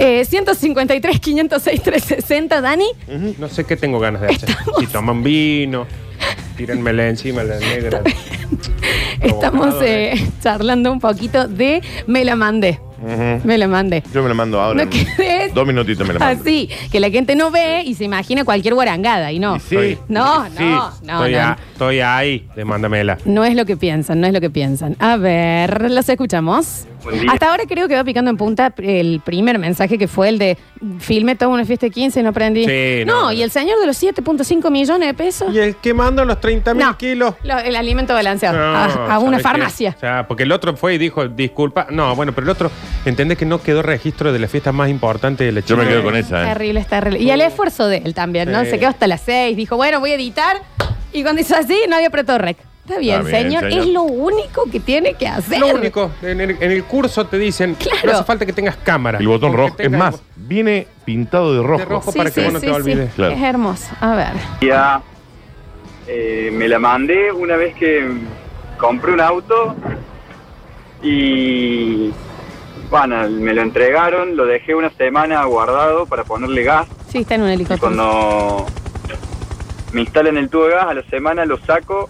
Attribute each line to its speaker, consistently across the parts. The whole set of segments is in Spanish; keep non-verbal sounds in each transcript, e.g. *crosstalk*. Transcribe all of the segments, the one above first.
Speaker 1: Eh, 153, 506, 360, Dani.
Speaker 2: Ujú, No sé qué tengo ganas de hacer. Si toman vino, tírenmela encima la negra.
Speaker 1: Estamos
Speaker 2: Provocador, eh.
Speaker 1: eh, charlando un poquito de Me la mandé.
Speaker 3: Ujú.
Speaker 1: Me la mandé.
Speaker 3: Yo me la mando ahora.
Speaker 1: ¿No querés?
Speaker 3: Dos minutitos me la mando.
Speaker 1: Así, que la gente no ve y se imagina cualquier guarangada y no.
Speaker 3: Y sí.
Speaker 1: No, no,
Speaker 3: Y sí.
Speaker 1: no,
Speaker 2: estoy,
Speaker 1: no.
Speaker 2: a- estoy ahí, demándamela.
Speaker 1: No es lo que piensan, no es lo que piensan. A ver, los escuchamos.
Speaker 4: Buen día.
Speaker 1: Hasta ahora creo que va picando en punta el primer mensaje que fue el de filme toda una fiesta de 15 y no aprendí.
Speaker 2: Sí,
Speaker 1: no,
Speaker 2: no, no.
Speaker 1: y el señor de los 7.5 millones de pesos.
Speaker 2: ¿Y el que manda los 30 mil
Speaker 1: No.
Speaker 2: kilos?
Speaker 1: Lo- el alimento balanceado
Speaker 2: No,
Speaker 1: a, a
Speaker 2: ¿sabes
Speaker 1: una
Speaker 2: qué?
Speaker 1: farmacia.
Speaker 2: O sea, porque el otro fue y dijo, disculpa. No, bueno, pero el otro, entendés que no quedó registro de la fiesta más importante de la
Speaker 3: Yo
Speaker 2: China.
Speaker 3: me quedo con esa, ¿eh?
Speaker 1: Terrible, está terrible. Y el esfuerzo de él también, ¿no?
Speaker 2: Sí.
Speaker 1: Se quedó hasta las 6, dijo, bueno, voy a editar. Y cuando hizo así, no había apretado rec. Está bien,
Speaker 3: bien,
Speaker 1: señor,
Speaker 3: señor.
Speaker 1: Es lo único que tiene que hacer.
Speaker 2: Lo único, en el, en el curso te dicen,
Speaker 1: Claro.
Speaker 2: no hace falta que tengas cámara.
Speaker 3: El
Speaker 2: Con
Speaker 3: botón
Speaker 2: que
Speaker 3: rojo. Es
Speaker 2: tengas
Speaker 3: más, viene pintado de rojo.
Speaker 2: De rojo. para que vos no te olvides.
Speaker 3: Claro.
Speaker 1: Es hermoso. A ver.
Speaker 4: Ya, eh, me la mandé una vez que compré un auto y bueno, me lo entregaron, lo dejé una semana guardado para ponerle gas
Speaker 1: Sí, está en un
Speaker 4: y
Speaker 1: helicóptero.
Speaker 4: cuando me instalan el tubo de gas a la semana lo saco.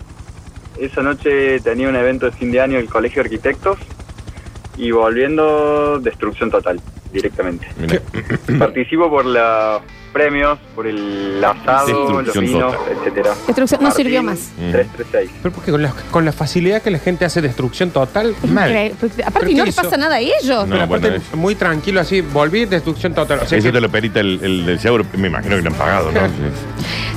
Speaker 4: Esa noche tenía un evento de fin de año del Colegio de Arquitectos y volviendo destrucción total
Speaker 3: *clears throat*
Speaker 4: directamente.
Speaker 3: Mira.
Speaker 4: Participo por los premios, por el asado, los
Speaker 3: Destrucción
Speaker 4: vinos,
Speaker 3: total.
Speaker 4: etcétera.
Speaker 1: Destrucción, no
Speaker 4: Martín,
Speaker 1: sirvió más.
Speaker 5: Mm.
Speaker 4: 336.
Speaker 2: Pero porque con la, con la facilidad que la gente hace destrucción total, mal.
Speaker 1: Increíble. Porque Aparte,
Speaker 2: ¿Pero
Speaker 1: no
Speaker 2: qué
Speaker 1: le
Speaker 2: hizo?
Speaker 1: pasa nada a ellos.
Speaker 3: No.
Speaker 2: Pero aparte,
Speaker 3: Ah, bueno, es-
Speaker 2: muy tranquilo así, volví, destrucción total. O sea
Speaker 3: Eso
Speaker 2: que-
Speaker 3: te lo perita el, el del seguro. Me imagino que lo han pagado, ¿no?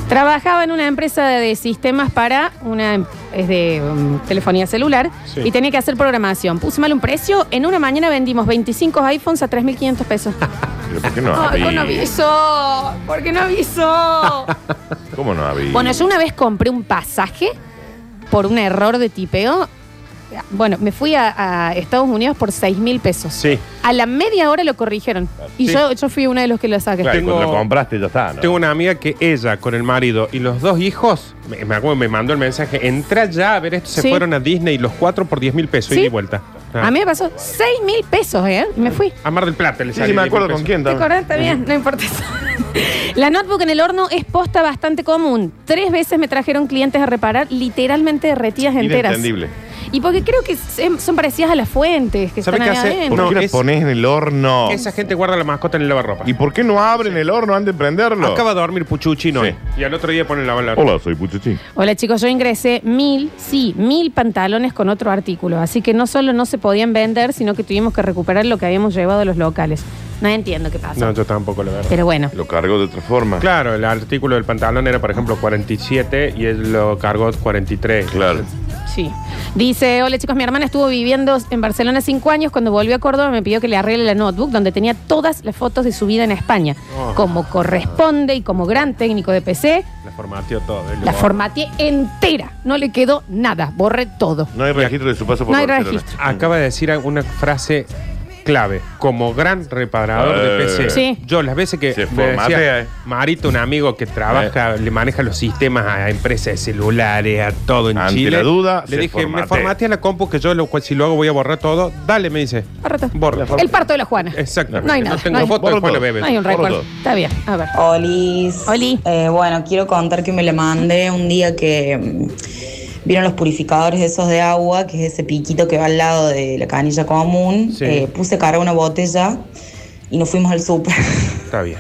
Speaker 1: Trabajaba en una empresa de sistemas para una es de um, telefonía celular
Speaker 2: Sí.
Speaker 1: y tenía que hacer programación. Puse mal un precio. En una mañana vendimos 25 iPhones a 3.500
Speaker 2: *laughs*
Speaker 1: pesos.
Speaker 3: Pero ¿por qué no
Speaker 1: Ay, ¿cómo no
Speaker 3: avisó?
Speaker 1: avisó? ¿Por qué no avisó?
Speaker 3: ¿Cómo no avisó?
Speaker 1: bueno, yo una vez compré un pasaje por un error de tipeo. Bueno, me fui a, a Estados Unidos por 6 mil pesos.
Speaker 2: Sí.
Speaker 1: A la media hora lo corrigieron. Y
Speaker 2: Sí.
Speaker 1: yo, yo fui uno de los que lo saqué.
Speaker 3: Claro, y
Speaker 2: tengo-
Speaker 3: cuando lo compraste ya está, ¿no?
Speaker 2: Tengo una amiga que ella, con el marido y los dos hijos, me, me acuerdo, me mandó el mensaje, entra ya a ver esto, se
Speaker 1: Sí.
Speaker 2: fueron a Disney los cuatro por 10 mil pesos,
Speaker 1: Sí.
Speaker 2: ida y vuelta. Ah.
Speaker 1: A mí me pasó 6 mil pesos, ¿eh? Y me fui.
Speaker 2: A Mar del Plata le
Speaker 3: Sí,
Speaker 2: salió
Speaker 3: sí, me
Speaker 2: 10.000
Speaker 3: acuerdo con
Speaker 2: pesos.
Speaker 3: quién
Speaker 1: ¿Te acordás?
Speaker 3: también.
Speaker 1: Está bien, no importa eso. *laughs* La notebook en el horno es posta bastante común. Tres veces me trajeron clientes a reparar literalmente derretidas enteras.
Speaker 3: Inentendible.
Speaker 1: Y porque creo que se- son parecidas a las fuentes que
Speaker 2: ¿Sabe
Speaker 1: están
Speaker 2: qué
Speaker 1: ahí
Speaker 2: hace?
Speaker 3: ¿Por
Speaker 1: adentro.
Speaker 2: No,
Speaker 3: qué la
Speaker 2: es-
Speaker 3: pones en el horno?
Speaker 2: Esa gente guarda la mascota en el lavarropa.
Speaker 3: ¿Y por qué no abren el horno antes de prenderlo?
Speaker 2: Acaba de dormir Puchuchino.
Speaker 3: Sí.
Speaker 2: Y al otro día pone la bala.
Speaker 3: Hola, soy Puchuchín.
Speaker 1: Hola chicos, yo ingresé mil, sí, mil pantalones con otro artículo. Así que no solo no se podían vender, sino que tuvimos que recuperar lo que habíamos llevado a los locales. No entiendo qué pasa.
Speaker 2: No, yo tampoco, la verdad.
Speaker 1: Pero bueno.
Speaker 3: Lo cargo de otra forma.
Speaker 2: Claro, el artículo del pantalón era, por ejemplo, 47 y él lo cargó 43.
Speaker 3: Claro.
Speaker 1: Sí. Dice, hola chicos, mi hermana estuvo viviendo en Barcelona cinco años. Cuando volvió a Córdoba me pidió que le arregle la notebook donde tenía todas las fotos de su vida en España.
Speaker 2: Oh.
Speaker 1: Como corresponde y como gran técnico de PC,
Speaker 2: La formateó todo. él
Speaker 1: la
Speaker 2: lo-
Speaker 1: formateé entera. No le quedó nada, borré todo.
Speaker 3: No hay registro de su paso por
Speaker 1: No hay
Speaker 3: Barcelona.
Speaker 1: registro.
Speaker 2: Acaba de decir una frase clave. Como gran reparador de
Speaker 3: Eh.
Speaker 2: PC.
Speaker 1: Sí.
Speaker 2: Yo las veces que
Speaker 3: Se Eh.
Speaker 2: me
Speaker 3: formatea,
Speaker 2: decía,
Speaker 3: eh.
Speaker 2: Marito, un amigo que trabaja, le maneja los sistemas a empresas de celulares, a todo en
Speaker 3: Ante
Speaker 2: Chile.
Speaker 3: la duda,
Speaker 2: le
Speaker 3: se
Speaker 2: dije, me
Speaker 3: formatea.
Speaker 2: formatea la compu que yo lo cual si lo hago voy a borrar todo. Dale,
Speaker 1: *laughs*
Speaker 2: me dice.
Speaker 1: Borra todo.
Speaker 2: Borra.
Speaker 1: El parto de la Juana.
Speaker 2: Exactamente.
Speaker 1: No hay nada,
Speaker 2: tengo
Speaker 1: no hay-
Speaker 2: fotos, Ah. después
Speaker 3: Borro
Speaker 2: la
Speaker 3: todo.
Speaker 2: bebes.
Speaker 1: No hay un
Speaker 3: Borro
Speaker 1: récord.
Speaker 3: todo.
Speaker 1: Está bien, a ver.
Speaker 6: Olis.
Speaker 1: Oli.
Speaker 6: Eh, bueno, quiero contar que me le mandé un día que mm, vieron los purificadores esos de agua, que es ese piquito que va al lado de la canilla común.
Speaker 2: Sí.
Speaker 6: Eh, puse cara una botella y nos fuimos al súper. *laughs*
Speaker 2: Está bien.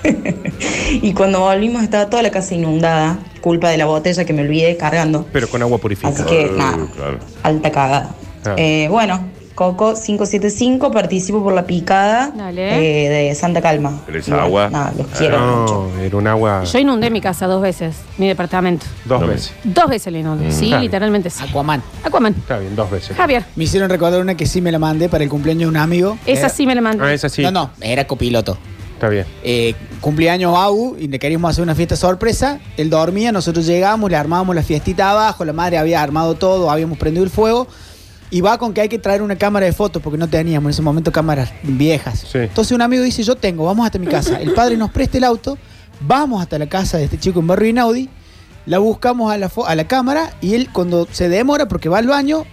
Speaker 6: y cuando volvimos estaba toda la casa inundada, culpa de la botella que me olvidé cargando.
Speaker 2: Pero con agua
Speaker 6: Así
Speaker 2: purificada.
Speaker 6: que
Speaker 3: Eh,
Speaker 6: nada,
Speaker 3: claro.
Speaker 6: alta cagada.
Speaker 2: Claro.
Speaker 6: Eh, bueno, Coco 575, participo por la picada
Speaker 1: Dale.
Speaker 6: eh, de Santa Calma.
Speaker 3: Pero esa
Speaker 6: Y bueno,
Speaker 3: agua-
Speaker 6: Nada, los quiero
Speaker 2: Ah.
Speaker 6: mucho.
Speaker 2: No, era un agua
Speaker 1: Yo inundé mi casa dos veces, mi departamento.
Speaker 2: dos
Speaker 3: No me-
Speaker 2: veces.
Speaker 1: Dos veces lo inundé. Sí,
Speaker 2: Javi.
Speaker 1: literalmente sí.
Speaker 7: Aquaman.
Speaker 1: Aquaman.
Speaker 2: Está bien, dos veces.
Speaker 1: Javier,
Speaker 7: Me hicieron recordar una que sí me la mandé para el cumpleaños de un amigo.
Speaker 1: esa
Speaker 7: Era-
Speaker 1: sí me la mandó.
Speaker 2: Ah, es así.
Speaker 7: No, no, era copiloto.
Speaker 2: Está bien.
Speaker 7: Eh, cumpleaños AU y le queríamos hacer una fiesta sorpresa. Él dormía, nosotros llegamos, le armábamos la fiestita abajo, la madre había armado todo, habíamos prendido el fuego. Y va con que hay que traer una cámara de fotos, porque no teníamos en ese momento cámaras viejas.
Speaker 2: Sí.
Speaker 7: Entonces un amigo dice, yo tengo, vamos hasta mi casa. El padre nos presta el auto, vamos hasta la casa de este chico en Barrio Inaudi, la buscamos a la, fo- a la cámara y él cuando se demora, porque va al baño,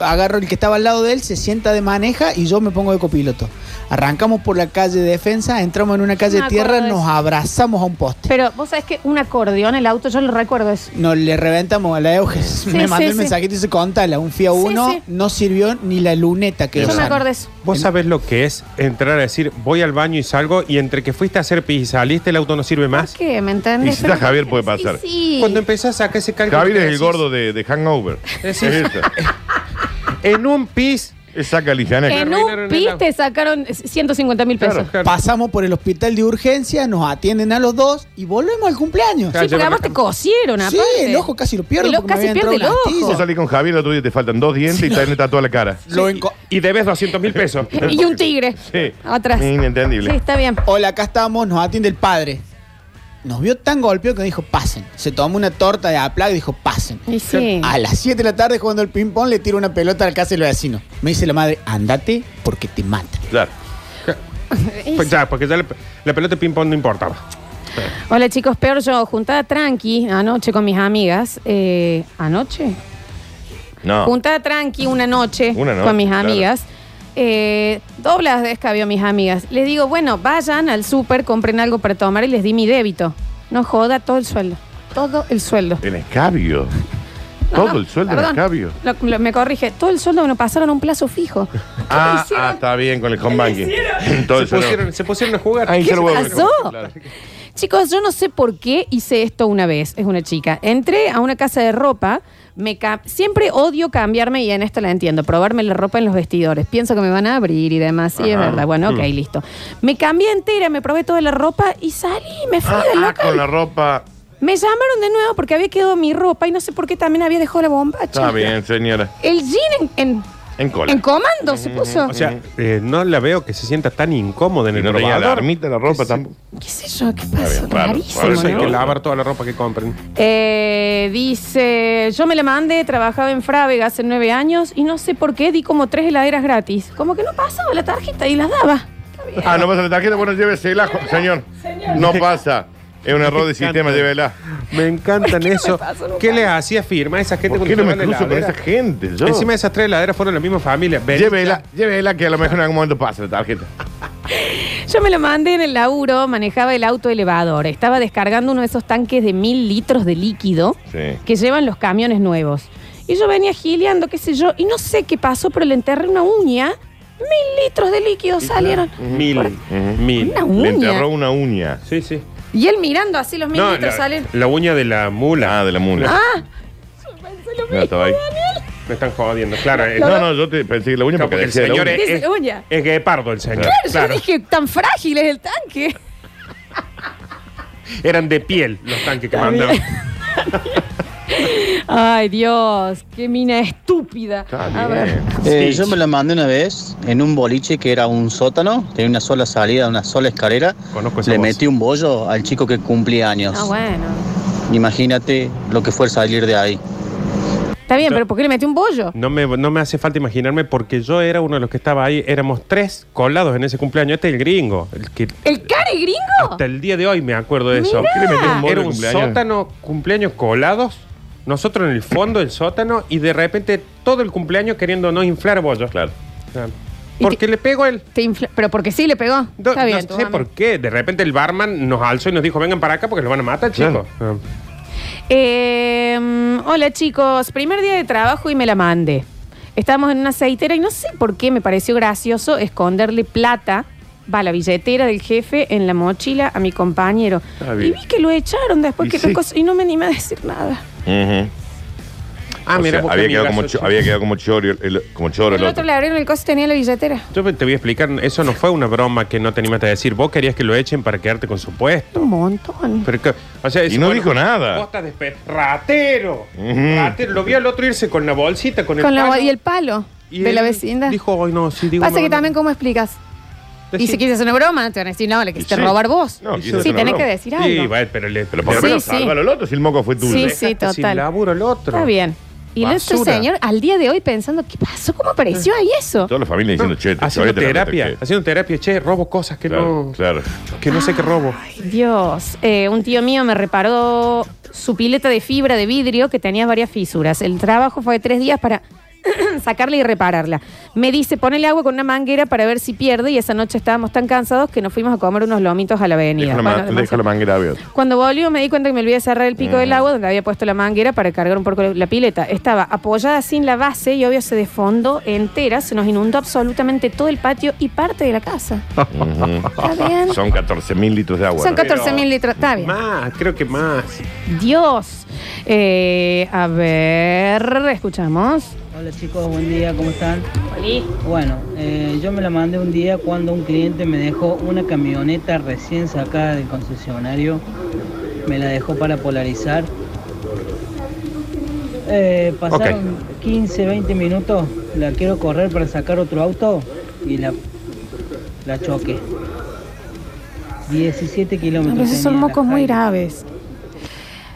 Speaker 7: agarro el que estaba al lado de él, se sienta de maneja y yo me pongo de copiloto. Arrancamos por la calle Defensa, entramos en una calle
Speaker 1: Me acuerdo
Speaker 7: Tierra,
Speaker 1: de
Speaker 7: nos
Speaker 1: eso.
Speaker 7: abrazamos a un poste.
Speaker 1: Pero vos sabés que un acordeón, el auto, yo lo recuerdo eso.
Speaker 7: Nos le reventamos a la Euges.
Speaker 1: sí,
Speaker 7: *laughs* me mandó el
Speaker 1: sí.
Speaker 7: mensajito y dice, contala, un FIA
Speaker 1: Sí,
Speaker 7: 1
Speaker 1: sí.
Speaker 7: no sirvió ni la luneta que
Speaker 1: Yo me
Speaker 7: usan.
Speaker 1: acuerdo de eso.
Speaker 2: Vos sabés lo que es entrar a decir, voy al baño y salgo, y entre que fuiste a hacer pis y saliste, el auto no sirve más.
Speaker 1: ¿Por qué? ¿Me entendés?
Speaker 3: Y si está Javier, puede pasar.
Speaker 1: Sí, sí.
Speaker 2: Cuando empezás a sacar ese cálculo.
Speaker 3: Javier
Speaker 2: que
Speaker 3: es el
Speaker 2: decís,
Speaker 3: gordo de, de Hangover.
Speaker 2: Es
Speaker 3: Es
Speaker 2: eso.
Speaker 3: eso.
Speaker 2: *laughs* En un pis.
Speaker 3: Es saca Lijanek.
Speaker 1: en
Speaker 2: arruinaron
Speaker 1: un
Speaker 2: el
Speaker 1: pis
Speaker 2: auto.
Speaker 1: te sacaron 150 mil pesos.
Speaker 2: Claro, claro.
Speaker 7: Pasamos por el hospital de urgencia, nos atienden a los dos y volvemos al cumpleaños.
Speaker 1: Sí, porque
Speaker 2: Claro, lleva
Speaker 1: además
Speaker 2: la
Speaker 1: te
Speaker 2: cama.
Speaker 1: cosieron,
Speaker 7: Sí,
Speaker 1: aparte.
Speaker 7: el ojo casi lo pierdo
Speaker 1: El ojo
Speaker 7: porque me
Speaker 1: casi
Speaker 7: había
Speaker 1: pierde el
Speaker 7: entrado una
Speaker 1: ojo.
Speaker 3: Vos salís con Javier, el otro día te faltan dos dientes y tenés toda la cara.
Speaker 7: Lo enco-
Speaker 2: Y debes 200 mil pesos.
Speaker 1: *laughs* Y un tigre.
Speaker 3: Sí.
Speaker 1: Atrás. Sí,
Speaker 3: Inentendible.
Speaker 1: está bien.
Speaker 7: Hola, acá estamos, nos atiende el padre. Nos vio tan golpeado que dijo, pasen. Se tomó una torta de aplaga y dijo, pasen.
Speaker 1: Y sí.
Speaker 7: A las 7 de la tarde jugando al ping-pong le tiro una pelota al casa del vecino. Me dice la madre, andate porque te mata.
Speaker 3: Claro.
Speaker 1: Y
Speaker 2: *laughs* Pues ya, porque ya la, la pelota de ping-pong no importaba.
Speaker 1: Hola chicos, peor yo, juntada tranqui anoche con mis amigas. eh, ¿Anoche?
Speaker 3: No.
Speaker 1: Juntada tranqui una noche,
Speaker 3: Ah. Una noche,
Speaker 1: con mis
Speaker 3: claro.
Speaker 1: amigas. Eh, doblas de escabio a mis amigas. Les digo, bueno, vayan al súper, compren algo para tomar y les di mi débito. No joda todo el sueldo. Todo el sueldo.
Speaker 3: En escabio.
Speaker 1: No,
Speaker 3: Eh, Todo
Speaker 1: no,
Speaker 3: el sueldo en
Speaker 1: perdón.
Speaker 3: escabio.
Speaker 1: Lo- lo- me corrige, todo el sueldo me lo pasaron a un plazo fijo. ¿Qué
Speaker 3: Ah,
Speaker 1: hicieron?
Speaker 3: ah, está bien con el home banking. Todo
Speaker 2: Se
Speaker 3: eso, ¿no?
Speaker 2: pusieron, se pusieron a jugar.
Speaker 3: Ahí se lo vuelvo.
Speaker 1: pasó?
Speaker 3: Claro.
Speaker 1: Chicos, yo no sé por qué hice esto una vez. Es una chica. Entré a una casa de ropa. Me ca- Siempre odio cambiarme y en esto la entiendo. Probarme la ropa en los vestidores. Pienso que me van a abrir y demás. Sí, es
Speaker 3: Ajá.
Speaker 1: verdad. Bueno, ok,
Speaker 2: Mm.
Speaker 1: listo. Me cambié entera, me probé toda la ropa y salí. Me fui
Speaker 3: Ah,
Speaker 1: de
Speaker 3: ah,
Speaker 1: loca.
Speaker 3: con la ropa.
Speaker 1: Me llamaron de nuevo porque había quedado mi ropa y no sé por qué también había dejado la bomba.
Speaker 3: Está bien, señora.
Speaker 1: El jean en, en-
Speaker 3: En cola.
Speaker 1: en comando se puso.
Speaker 2: O sea, eh, no la veo que se sienta tan incómoda en
Speaker 3: Y
Speaker 2: el
Speaker 3: no tenía
Speaker 2: probador.
Speaker 3: alarmita la ropa tampoco.
Speaker 1: ¿Qué sé yo? ¿Qué pasó?
Speaker 3: bien, raro.
Speaker 1: Rarísimo,
Speaker 2: Por eso hay
Speaker 1: ¿no?
Speaker 2: que lavar toda la ropa que compren.
Speaker 1: Eh, dice, yo me la mandé, trabajaba en Frávega hace nueve años y no sé por qué di como tres heladeras gratis. Como que no pasaba la tarjeta y las daba.
Speaker 3: Ah, no pasa la tarjeta, bueno, llévesela, jo- señor. No pasa. Es un error de sistema, llévela.
Speaker 2: Me encantan eso.
Speaker 1: pasa nunca?
Speaker 2: ¿Qué les hacía firma a esa gente
Speaker 3: ¿Por
Speaker 2: cuando
Speaker 3: qué no me
Speaker 2: se van a la
Speaker 3: cruzo con
Speaker 2: heladera?
Speaker 3: esa gente? Yo.
Speaker 2: Encima de esas tres heladeras fueron la misma familia. Ven-
Speaker 3: Llévela, llévela, que a lo mejor en algún momento pasa la tarjeta.
Speaker 1: Yo me la mandé en el laburo, manejaba el auto elevador, estaba descargando uno de esos tanques de mil litros de líquido
Speaker 3: Sí.
Speaker 1: que llevan los camiones nuevos. Y yo venía gileando, qué sé yo, y no sé qué pasó, pero le enterré una uña, mil litros de líquido salieron.
Speaker 2: Mil.
Speaker 3: Ujú.
Speaker 2: Mil.
Speaker 1: Una
Speaker 3: Le
Speaker 1: uña.
Speaker 3: enterró una uña.
Speaker 2: Sí, sí.
Speaker 1: Y él mirando así los mil
Speaker 2: No,
Speaker 1: litros
Speaker 2: la,
Speaker 1: salen.
Speaker 2: la uña de la mula.
Speaker 3: Ah, de la mula.
Speaker 1: Ah, yo pensé lo
Speaker 3: No,
Speaker 1: mismo,
Speaker 3: estaba ahí.
Speaker 1: Daniel.
Speaker 2: Me están jodiendo. Claro, eh,
Speaker 3: No, no, yo te pensé que la uña
Speaker 2: Claro,
Speaker 3: porque
Speaker 2: porque el
Speaker 3: decía de la
Speaker 2: señor
Speaker 3: uña.
Speaker 2: es,
Speaker 1: Dice
Speaker 2: es,
Speaker 1: uña.
Speaker 2: es guepardo el señor.
Speaker 1: Yo
Speaker 2: Claro.
Speaker 1: dije, tan frágil es el tanque.
Speaker 2: Eran de piel los tanques que
Speaker 1: bien.
Speaker 2: mandaban.
Speaker 1: Ay, Dios, qué mina estúpida.
Speaker 3: Está
Speaker 1: A ver.
Speaker 3: bien.
Speaker 5: Eh,
Speaker 2: Sí.
Speaker 5: yo me la mandé una vez en un boliche que era un sótano, tenía una sola salida, una sola escalera.
Speaker 2: Conozco esa
Speaker 5: Le
Speaker 2: voz.
Speaker 5: metí un bollo al chico que cumplía años.
Speaker 1: Ah, bueno.
Speaker 5: Imagínate lo que fue salir de ahí.
Speaker 1: Está bien, pero ¿por qué le metió un bollo?
Speaker 2: No me, no me hace falta imaginarme porque yo era uno de los que estaba ahí. Éramos tres colados en ese cumpleaños. Este es el gringo. El que
Speaker 1: ¿El care gringo?
Speaker 2: hasta el día de hoy me acuerdo de eso.
Speaker 1: Mirá. ¿Qué le metió
Speaker 3: un bollo
Speaker 2: era
Speaker 3: de
Speaker 2: un
Speaker 3: cumpleaños?
Speaker 2: sótano, cumpleaños colados. Nosotros en el fondo del sótano y de repente todo el cumpleaños queriendo no inflar bollos. Claro.
Speaker 1: Y
Speaker 2: Porque
Speaker 1: te-
Speaker 2: le pegó él.
Speaker 1: Te infla- Pero porque sí le pegó.
Speaker 2: No,
Speaker 1: Está bien.
Speaker 2: no
Speaker 1: tu
Speaker 2: sé
Speaker 1: mamá.
Speaker 2: por qué. De repente el barman nos alzó y nos dijo, vengan para acá porque los van a matar, chicos.
Speaker 3: Claro.
Speaker 2: Ah.
Speaker 1: Eh, mm, hola chicos, primer día de trabajo y me la mandé. Estábamos en una aceitera y no sé por qué me pareció gracioso esconderle plata, va la billetera del jefe en la mochila a mi compañero.
Speaker 3: Está
Speaker 1: Y
Speaker 3: bien.
Speaker 1: vi que lo echaron después
Speaker 3: Y
Speaker 1: que
Speaker 3: sí.
Speaker 1: lo cos- y no me animé a decir nada.
Speaker 3: Ujú.
Speaker 2: Ah,
Speaker 3: O
Speaker 2: mira,
Speaker 3: sea,
Speaker 2: vos qué
Speaker 3: había, quedado
Speaker 2: amigazo,
Speaker 3: como cho-
Speaker 2: chico.
Speaker 3: había quedado como chorio, el- como choro
Speaker 1: el otro le abrieron el coso y tenía la billetera.
Speaker 2: Yo te voy a explicar, eso no fue una broma que no te animaste a decir. Vos querías que lo echen para quedarte con su puesto.
Speaker 1: Un montón.
Speaker 2: Pero que- o sea, es-
Speaker 3: Y no dijo nada.
Speaker 2: vos estás despe- ratero,
Speaker 3: Ujú.
Speaker 2: ratero. Lo vio al otro irse con la bolsita, con el
Speaker 1: Con la-
Speaker 2: palo,
Speaker 1: y el palo
Speaker 2: y
Speaker 1: de la
Speaker 2: él
Speaker 1: vecindad.
Speaker 2: Dijo, ay, no, sí, digo.
Speaker 1: Pasa
Speaker 2: me
Speaker 1: que
Speaker 2: van a-
Speaker 1: también, ¿cómo explicas?
Speaker 2: Decí-
Speaker 1: Y si quieres hacer una broma, te van a decir, no, le quisiste
Speaker 3: sí.
Speaker 1: robar vos.
Speaker 3: No,
Speaker 1: sí,
Speaker 3: quise hacer una
Speaker 1: tenés
Speaker 3: broma.
Speaker 1: que decir algo.
Speaker 2: Sí, bueno, pero le.
Speaker 3: Pero por lo
Speaker 1: Sí,
Speaker 3: menos
Speaker 1: sí.
Speaker 3: salva al otro si el moco fue tuyo.
Speaker 1: Sí,
Speaker 3: ¿eh?
Speaker 1: sí,
Speaker 2: dejaste sin
Speaker 1: total.
Speaker 2: laburo al otro.
Speaker 1: Está bien. Y el otro
Speaker 2: Basura.
Speaker 1: señor, al día de hoy, pensando, ¿qué pasó? ¿Cómo apareció ahí eso?
Speaker 3: Toda la familia diciendo, che, te
Speaker 2: haciendo
Speaker 3: chorete la
Speaker 2: terapia,
Speaker 3: neta, che.
Speaker 2: haciendo terapia, che, robo cosas que
Speaker 3: Claro,
Speaker 2: no.
Speaker 3: claro.
Speaker 2: Que no sé qué robo.
Speaker 1: Dios, eh, un tío mío me reparó su pileta de fibra de vidrio que tenía varias fisuras. El trabajo fue de tres días para *clears throat* sacarla y repararla. Me dice, ponele agua con una manguera para ver si pierde y esa noche estábamos tan cansados que nos fuimos a comer unos lomitos a la avenida.
Speaker 3: Deja la,
Speaker 1: Bueno,
Speaker 3: ma- deja la
Speaker 1: demasiado.
Speaker 3: manguera abierta.
Speaker 1: Cuando volvió me di cuenta que me olvidé de cerrar el pico del agua donde había puesto la manguera para cargar un poco la pileta. Estaba apoyada sin la base y obvio se desfondó entera, se nos inundó absolutamente todo el patio y parte de la casa. Está bien.
Speaker 3: Son 14 mil litros de agua.
Speaker 1: Son
Speaker 3: ¿no?
Speaker 1: 14 mil litros. Está bien.
Speaker 2: Más, creo que más.
Speaker 1: Dios. Eh, a ver, escuchamos.
Speaker 8: Hola chicos, buen día, ¿cómo están? Bueno, eh, yo me la mandé un día cuando un cliente me dejó una camioneta recién sacada del concesionario, me la dejó para polarizar. Eh, pasaron 15, 20 minutos, la quiero correr para sacar otro auto y la, la choqué. 17
Speaker 1: A
Speaker 8: kilómetros.
Speaker 1: veces son
Speaker 8: tenía la
Speaker 1: mocos muy
Speaker 8: calle.
Speaker 1: graves.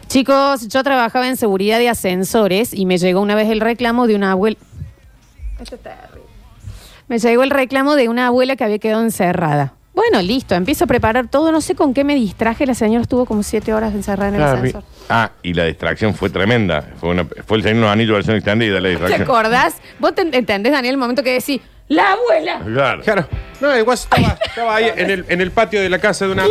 Speaker 1: Chicos, yo trabajaba en seguridad de ascensores y me llegó una vez el reclamo de una abuela. Esto está terrible. Me llegó el reclamo de una abuela que había quedado encerrada. Bueno, listo, empiezo a preparar todo. No sé con qué me distraje. La señora estuvo como siete horas encerrada en el
Speaker 3: Ah, vi-
Speaker 1: ascensor.
Speaker 3: ah, y la distracción fue tremenda. Fue, una, fue el señor anillo versión extendida la
Speaker 1: ¿Te
Speaker 3: distracción.
Speaker 1: acordás? ¿Vos te entendés, Daniel, el momento que decís, la abuela?
Speaker 3: Claro.
Speaker 2: Claro. No, el guaso estaba, estaba ahí en el, en el patio de la casa de una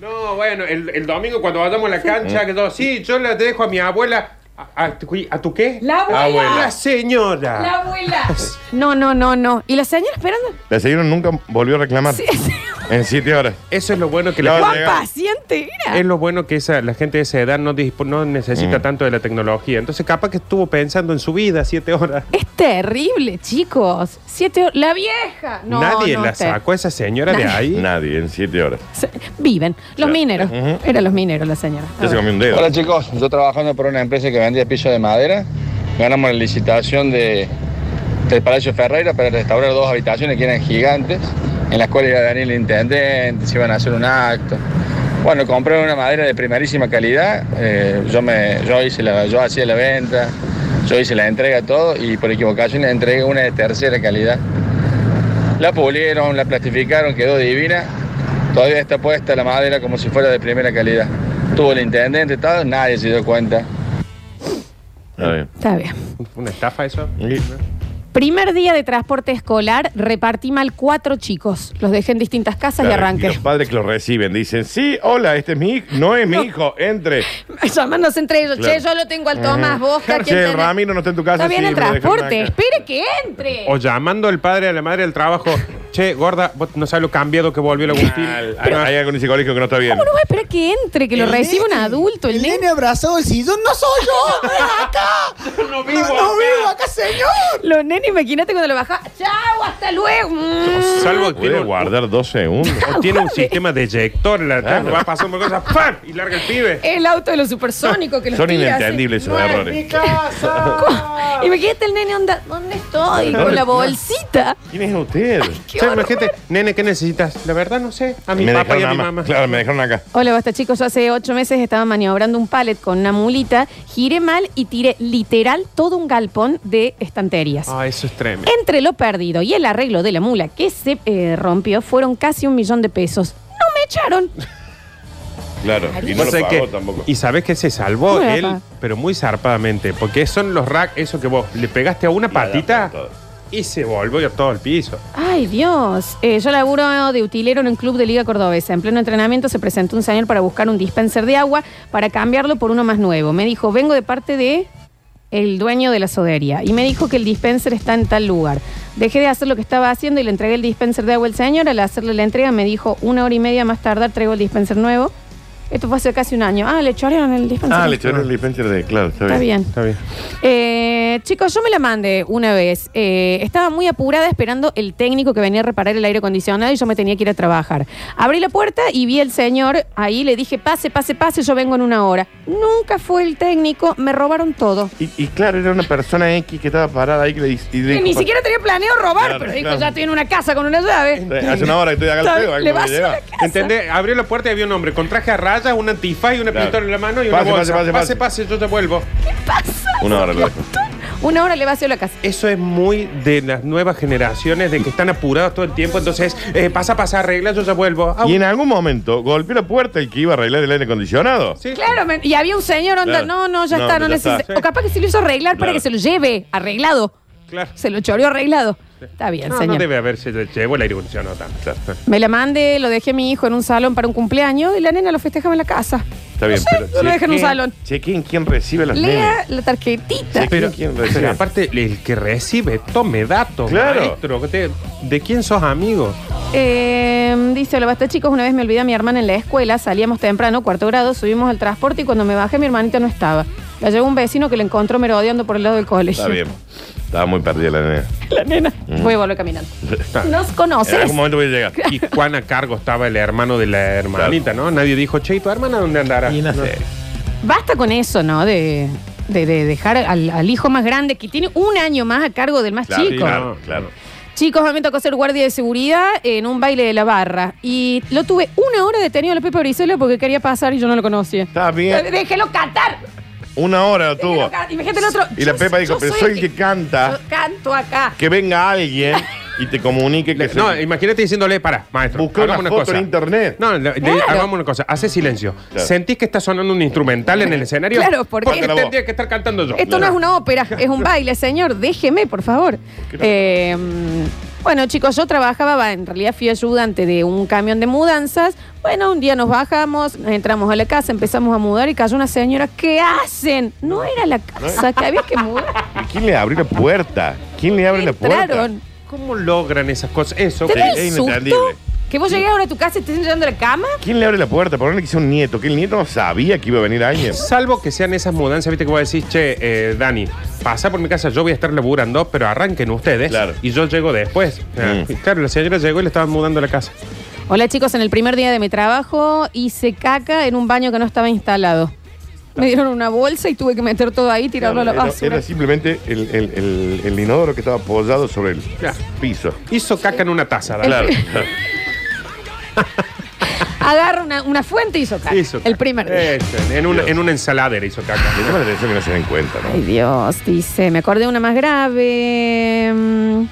Speaker 2: No, bueno, el, el domingo cuando vayamos a la cancha, que todo, sí, yo la dejo a mi abuela. ¿A, a tu, a tu qué?
Speaker 1: La abuela.
Speaker 2: La señora.
Speaker 1: La
Speaker 3: Ah,
Speaker 1: abuela. No, no, no, no. ¿Y la señora esperando?
Speaker 3: La señora nunca volvió a reclamar.
Speaker 1: Sí, sí.
Speaker 3: En 7 horas.
Speaker 2: Eso es lo bueno que
Speaker 1: *laughs*
Speaker 3: La
Speaker 2: la,
Speaker 3: abuela.
Speaker 1: Cuán paciente era.
Speaker 2: es lo bueno que esa, la gente de esa edad no, dispo- no
Speaker 3: Mm.
Speaker 2: necesita tanto de la tecnología. Entonces, capaz que estuvo pensando en su vida siete horas.
Speaker 1: Es terrible, chicos. Siete hor- La vieja. No,
Speaker 2: Nadie
Speaker 1: no,
Speaker 2: la
Speaker 1: ter-
Speaker 2: sacó a esa señora de ahí.
Speaker 3: Nadie, en 7 horas.
Speaker 1: Se- Viven. Los
Speaker 3: Ya.
Speaker 1: mineros. Eran los mineros, la señora. A
Speaker 3: Ya se
Speaker 1: ver.
Speaker 3: comió un dedo.
Speaker 5: Hola chicos, yo trabajando por una empresa que vendía pisos de madera, ganamos la licitación de, del Palacio Ferreira para restaurar dos habitaciones que eran gigantes, en las cuales iba a venir el intendente, se iban a hacer un acto. Bueno, compré una madera de primerísima calidad, eh, yo, me, yo, hice la, yo hacía la venta, yo hice la entrega, todo, y por equivocación entregué una de tercera calidad. La pulieron, la plastificaron, quedó divina. Todavía está puesta la madera como si fuera de primera calidad. Tuvo el intendente, todo, nadie se dio cuenta.
Speaker 3: Está bien.
Speaker 1: Está bien.
Speaker 2: Una estafa eso.
Speaker 3: Y-
Speaker 1: Primer día de transporte escolar, repartí mal cuatro chicos. Los dejé en distintas casas y
Speaker 3: Claro,
Speaker 1: *laughs*
Speaker 3: y
Speaker 1: arranqué.
Speaker 3: Los padres que lo reciben dicen, sí, hola, este es mi hijo, no es mi hijo, entre.
Speaker 1: Llamándose entre ellos.
Speaker 3: Claro.
Speaker 1: Che, yo lo tengo al Tomás, vos, ¿a
Speaker 3: Che,
Speaker 1: quién tenés?
Speaker 3: Ramiro no está en tu casa.
Speaker 1: Está bien
Speaker 3: sí,
Speaker 1: el
Speaker 3: me lo dejaron
Speaker 1: transporte.
Speaker 3: acá.
Speaker 1: Espere que entre.
Speaker 2: O llamando al padre a la madre del trabajo. Che, gorda, vos no sabes lo cambiado que volvió el Agustín.
Speaker 3: Mal. Hay, hay algo en ese colegio que no está bien.
Speaker 1: ¿Cómo no va a esperar que entre? Que lo
Speaker 7: El
Speaker 1: reciba un
Speaker 7: nene,
Speaker 1: adulto, el nene.
Speaker 7: abrazado el sillón, no soy yo, no es acá.
Speaker 2: *laughs* No vivo
Speaker 7: no,
Speaker 2: acá.
Speaker 7: vivo acá, señor.
Speaker 1: Los nenes, imagínate cuando lo baja. ¡Chao! ¡Hasta luego! Mm.
Speaker 2: Salvo que
Speaker 3: Puede
Speaker 2: tiene, un-
Speaker 3: guardar dos segundos.
Speaker 2: o tiene un sistema de eyector. La
Speaker 3: Claro.
Speaker 2: Va a pasar una cosa ¡pam! y larga el pibe.
Speaker 1: El auto de los supersónicos que los
Speaker 3: Son
Speaker 1: tira,
Speaker 3: inentendibles
Speaker 1: así.
Speaker 3: esos errores.
Speaker 1: ¿Cómo? Imagínate el nene onda, ¿dónde estoy?
Speaker 3: ¿Dónde
Speaker 1: Con la
Speaker 3: estoy?
Speaker 1: bolsita.
Speaker 3: ¿Quién es usted?
Speaker 1: Qué
Speaker 2: Che,
Speaker 1: horror.
Speaker 2: imagínate, nene, ¿qué necesitas? La verdad no sé. A mi
Speaker 3: me
Speaker 2: papá y a
Speaker 3: dejaron
Speaker 2: mi
Speaker 3: acá.
Speaker 2: mamá.
Speaker 3: Claro, me dejaron acá.
Speaker 1: Hola, basta chicos. Yo hace ocho meses estaba maniobrando un pallet con una mulita, giré mal y tiré literal todo un galpón de estanterías.
Speaker 2: Ah, eso es tremendo.
Speaker 1: Entre lo perdido y el arreglo de la mula que se eh, rompió fueron casi un millón de pesos. No me echaron.
Speaker 3: Claro. Y no
Speaker 2: Vos
Speaker 3: lo
Speaker 2: sabés
Speaker 3: pagó
Speaker 2: que-
Speaker 3: tampoco.
Speaker 2: Y sabes que se salvó
Speaker 1: Muy
Speaker 2: él,
Speaker 1: apa.
Speaker 2: pero muy zarpadamente. Porque son los racks, eso que vos le pegaste a una patita
Speaker 3: todo.
Speaker 2: y se volvió a todo el piso.
Speaker 1: Ay, Dios. Eh, yo laburo de utilero en un club de Liga Cordobesa. En pleno entrenamiento se presentó un señor para buscar un dispenser de agua para cambiarlo por uno más nuevo. Me dijo, vengo de parte de el dueño de la sodería. Y me dijo que el dispenser está en tal lugar. Dejé de hacer lo que estaba haciendo y le entregué el dispenser de agua al señor. Al hacerle la entrega me dijo, una hora y media más tardar traigo el dispenser nuevo. Esto fue hace casi un año. Ah, le chorearon el dispenser.
Speaker 3: Ah, le echaron el dispenser de. Claro, está bien.
Speaker 1: Está bien.
Speaker 3: Está bien.
Speaker 1: Eh, chicos, yo me la mandé una vez. Eh, estaba muy apurada esperando el técnico que venía a reparar el aire acondicionado y yo me tenía que ir a trabajar. Abrí la puerta y vi al señor ahí, le dije, pase, pase, pase, yo vengo en una hora. Nunca fue el técnico, me robaron todo.
Speaker 3: Y, y claro, era una persona X que estaba parada ahí que le dice. y le
Speaker 1: Que
Speaker 3: dijo,
Speaker 1: ni
Speaker 3: pa-
Speaker 1: siquiera tenía planeado robar,
Speaker 3: Claro,
Speaker 1: pero dijo,
Speaker 3: claro.
Speaker 1: ya estoy en una casa con una llave.
Speaker 3: "Eh, Hace una hora que estoy acá al pedo.
Speaker 1: Le
Speaker 3: ¿cómo
Speaker 1: va a
Speaker 3: me llega?
Speaker 1: hacer la casa.
Speaker 2: ¿Entendés? Abrió la puerta y había un hombre con traje a rayas, un antifaz y una
Speaker 3: Claro.
Speaker 2: pistola en la mano y
Speaker 3: Pase,
Speaker 2: una bolsa.
Speaker 3: pase, pase,
Speaker 2: pase, pase, yo te vuelvo.
Speaker 3: Una hora lo dejó.
Speaker 1: Una hora le vació la casa.
Speaker 2: Eso es muy de las nuevas generaciones, de que están apurados todo el tiempo. Entonces, eh, pasa, pasa, arregla, yo ya vuelvo. Ah,
Speaker 3: Y en algún momento golpeó la puerta el que iba a arreglar el aire acondicionado.
Speaker 2: sí.
Speaker 1: Claro, me- y había un señor, onda,
Speaker 3: Claro.
Speaker 1: no, no, ya
Speaker 3: No,
Speaker 1: está, no
Speaker 3: ya está.
Speaker 1: necesito. O capaz que se lo hizo arreglar para
Speaker 3: Claro.
Speaker 1: que se lo lleve, arreglado.
Speaker 2: Claro.
Speaker 1: Se lo choreó arreglado. Está bien,
Speaker 2: No,
Speaker 1: señor.
Speaker 2: no debe haberse llevó el aire acondicionado tanto.
Speaker 1: Me la mandé, lo dejé a mi hijo en un salón para un cumpleaños y la nena lo festejaba en la casa.
Speaker 3: Está bien, pero.
Speaker 1: no lo dejan en un
Speaker 3: chequen-
Speaker 1: salón.
Speaker 3: Chequen quién recibe las
Speaker 1: Lea
Speaker 3: nenes.
Speaker 1: la tarjetita.
Speaker 3: Sí.
Speaker 2: Pero,
Speaker 3: ¿Quién
Speaker 2: pero
Speaker 3: recibe?
Speaker 2: aparte, el que recibe, tome datos,
Speaker 3: Claro.
Speaker 2: maestro. ¿De, de quién sos amigo?
Speaker 1: Eh, dice, hola, basta chicos, una vez me olvidé a mi hermana en la escuela, salíamos temprano, cuarto grado, subimos al transporte y cuando me bajé mi hermanita no estaba. La llegó un vecino que la encontró merodeando por el lado del colegio.
Speaker 3: Está bien. Estaba muy perdida la nena.
Speaker 1: *laughs* La nena. Voy a volver caminando. Nos
Speaker 3: En
Speaker 1: conoces.
Speaker 3: algún momento voy
Speaker 1: *laughs*
Speaker 3: a llegar.
Speaker 2: Y Juan a cargo estaba el hermano de la hermanita, ¿no? Nadie dijo, che, ¿y tu hermana dónde andará?
Speaker 3: Y no sé.
Speaker 1: Basta con eso, ¿no? De, de- de dejar al, al hijo más grande que tiene un año más a cargo del más
Speaker 3: Claro,
Speaker 1: chico.
Speaker 3: claro, claro.
Speaker 1: Chicos, a mí me tocó ser guardia de seguridad en un baile de la barra. Y lo tuve una hora detenido a la Pepe Brizuela porque quería pasar y yo no lo conocía.
Speaker 3: Está bien.
Speaker 1: Déjelo cantar.
Speaker 3: Una hora lo
Speaker 1: Déjelo
Speaker 3: tuvo.
Speaker 1: cantar. Imagínate el otro.
Speaker 3: Y la
Speaker 1: yo-
Speaker 3: Pepa dijo,
Speaker 1: yo
Speaker 3: pero soy el que canta.
Speaker 1: yo canto acá.
Speaker 3: Que venga alguien y te comunique que
Speaker 2: Le-
Speaker 3: se-
Speaker 2: no, imagínate diciéndole, para, maestro.
Speaker 3: Busca
Speaker 2: hagamos
Speaker 3: una foto en internet.
Speaker 2: No, le- le-
Speaker 1: Claro.
Speaker 2: hagamos una cosa. Hace silencio.
Speaker 3: Claro.
Speaker 2: ¿Sentís que está sonando un instrumental en el escenario?
Speaker 1: Claro, porque-
Speaker 3: Corta la voz.
Speaker 2: tendría que estar cantando yo.
Speaker 1: Esto no es una ópera, es un baile, señor. Déjeme, por favor. Eh, bueno, chicos, yo trabajaba, va, en realidad fui ayudante de un camión de mudanzas. Bueno, un día nos bajamos, entramos a la casa, empezamos a mudar y cayó una señora. ¿Qué hacen? No era la casa que había que mudar.
Speaker 3: ¿Y ¿Quién le abrió la puerta? ¿Quién le abre la puerta?
Speaker 1: Entraron.
Speaker 2: ¿Cómo logran esas cosas? Eso.
Speaker 1: ¿Te
Speaker 3: Sí,
Speaker 1: da
Speaker 3: es
Speaker 1: el susto?
Speaker 3: inentendible.
Speaker 1: ¿Que vos llegues ahora a tu casa y estés llenando la cama?
Speaker 3: ¿Quién le abre la puerta? Por que sea un nieto, que el nieto no sabía que iba a venir alguien.
Speaker 2: Salvo que sean esas mudanzas, viste que vos decís, che, eh, Dani, pasa por mi casa, yo voy a estar laburando, pero arranquen ustedes.
Speaker 3: Claro.
Speaker 2: Y yo llego después. Ah,
Speaker 3: Mm.
Speaker 2: y Claro, la señora llegó y le estaban mudando la casa.
Speaker 1: Hola chicos, en el primer día de mi trabajo hice caca en un baño que no estaba instalado. Me dieron una bolsa y tuve que meter todo ahí y tirarlo a la
Speaker 3: Era-
Speaker 1: basura.
Speaker 3: Era simplemente el, el- el- el inodoro que estaba apoyado sobre el
Speaker 2: Claro.
Speaker 3: piso.
Speaker 2: Hizo caca en una taza, Dani.
Speaker 1: *laughs*
Speaker 3: Claro.
Speaker 1: Agarra una, una fuente y hizo caca.
Speaker 2: Hizo caca.
Speaker 1: El primer
Speaker 3: Eh,
Speaker 1: día.
Speaker 2: Eso, en, una,
Speaker 3: Dios.
Speaker 2: en una ensaladera hizo
Speaker 3: Me
Speaker 2: caca.
Speaker 3: llama la atención que no se den cuenta,
Speaker 1: Ay,
Speaker 3: ¿no?
Speaker 1: Dios, dice, me acordé de una más grave. Mm.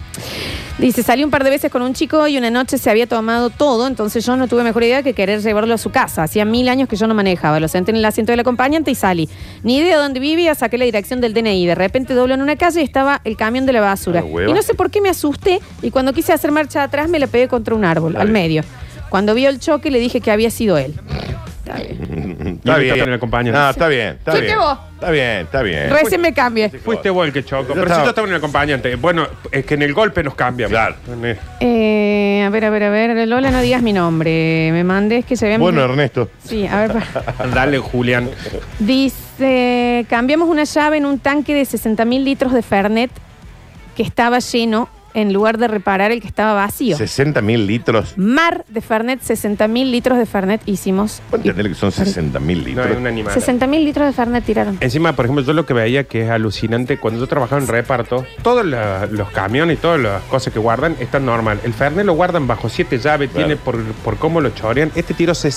Speaker 1: Dice, salí un par de veces con un chico y una noche se había tomado todo, entonces yo no tuve mejor idea que querer llevarlo a su casa. Hacía mil años que yo no manejaba, lo senté en el asiento del acompañante y salí. Ni idea de dónde vivía, saqué la dirección del DNI. De repente doblo en una calle y estaba el camión de la basura.
Speaker 3: A la hueva.
Speaker 1: Y no sé por qué me asusté y cuando quise hacer marcha atrás me la pegué contra un árbol,
Speaker 3: Está
Speaker 1: al
Speaker 3: bien.
Speaker 1: medio. Cuando vio el choque le dije que había sido él. Está bien.
Speaker 3: Mm, Está
Speaker 2: me
Speaker 3: bien.
Speaker 2: tocan el acompañante.
Speaker 3: No, está bien, está
Speaker 1: Fuiste
Speaker 3: bien.
Speaker 1: vos.
Speaker 3: Está bien, está bien.
Speaker 1: Recién me cambié.
Speaker 2: Fuiste vos el que chocó.
Speaker 3: Yo
Speaker 2: Pero si
Speaker 3: estaba-
Speaker 2: yo estaba en el acompañante. Bueno, es que en el golpe nos cambia.
Speaker 3: Claro.
Speaker 2: Eh,
Speaker 1: Eh, a ver, a ver, a ver, Lola, no digas mi nombre. Me mandes que se vea mi-
Speaker 3: Bueno, Ernesto.
Speaker 1: Sí, a ver. pa-
Speaker 2: Dale, Julián.
Speaker 1: Dice, cambiamos una llave en un tanque de 60 mil litros de Fernet que estaba lleno en lugar de reparar el que estaba vacío.
Speaker 3: 60 mil litros.
Speaker 1: Mar de Fernet, 60 mil litros de Fernet hicimos.
Speaker 3: ¿Puedes entender que son 60 mil
Speaker 2: No, es
Speaker 3: litros?
Speaker 2: un animal.
Speaker 1: 60 mil litros de Fernet tiraron.
Speaker 2: Encima, por ejemplo, yo lo que veía que es alucinante, cuando yo trabajaba en reparto, todos la- los camiones y todas las cosas que guardan están normal. El Fernet lo guardan bajo siete llaves,
Speaker 3: Claro.
Speaker 2: tiene por, por cómo lo chorean. Este tiro es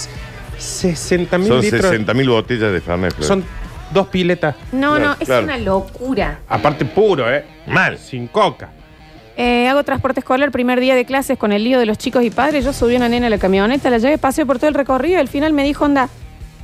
Speaker 2: 60 mil
Speaker 3: Son
Speaker 2: litros.
Speaker 3: 60 mil botellas de Fernet. Flor.
Speaker 2: Son dos piletas.
Speaker 1: No,
Speaker 3: Claro,
Speaker 1: no, es
Speaker 3: claro.
Speaker 1: una locura.
Speaker 2: Aparte puro, ¿eh?
Speaker 3: Mal.
Speaker 2: Sin coca.
Speaker 1: Eh, hago transporte escolar, primer día de clases con el lío de los chicos y padres. Yo subí una nena a la camioneta, la llevé, paseo por todo el recorrido y al final me dijo, onda,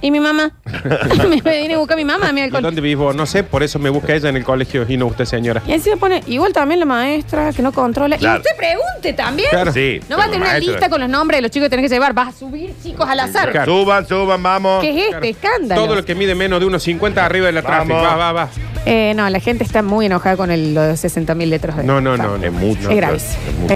Speaker 1: ¿y mi
Speaker 2: *laughs*
Speaker 1: mamá? *laughs* me vine a buscar a mi mamá, mi
Speaker 2: ¿Y
Speaker 1: alcohol.
Speaker 2: ¿Dónde vivís vos? No sé, por eso me busca ella en el colegio y no usted, señora.
Speaker 1: Y así se pone, igual también la maestra que no controla. Y
Speaker 3: Claro.
Speaker 1: usted pregunte también.
Speaker 2: Claro.
Speaker 3: Sí.
Speaker 1: No va a
Speaker 3: pero
Speaker 1: tener una
Speaker 3: maestro.
Speaker 1: lista con los nombres de los chicos que tenés que llevar. Vas a subir chicos al azar.
Speaker 2: Claro.
Speaker 3: Suban, suban, vamos.
Speaker 1: ¿Qué es este escándalo?
Speaker 2: Todo lo que mide menos de unos 50 arriba de la
Speaker 3: Vamos.
Speaker 2: tráfico. Va, va, va.
Speaker 1: Eh, no, la gente está muy enojada con el, los 60 mil letras de...
Speaker 2: No, no, no.
Speaker 3: Es mucho.
Speaker 1: Es gravísimo.
Speaker 3: Es mucho.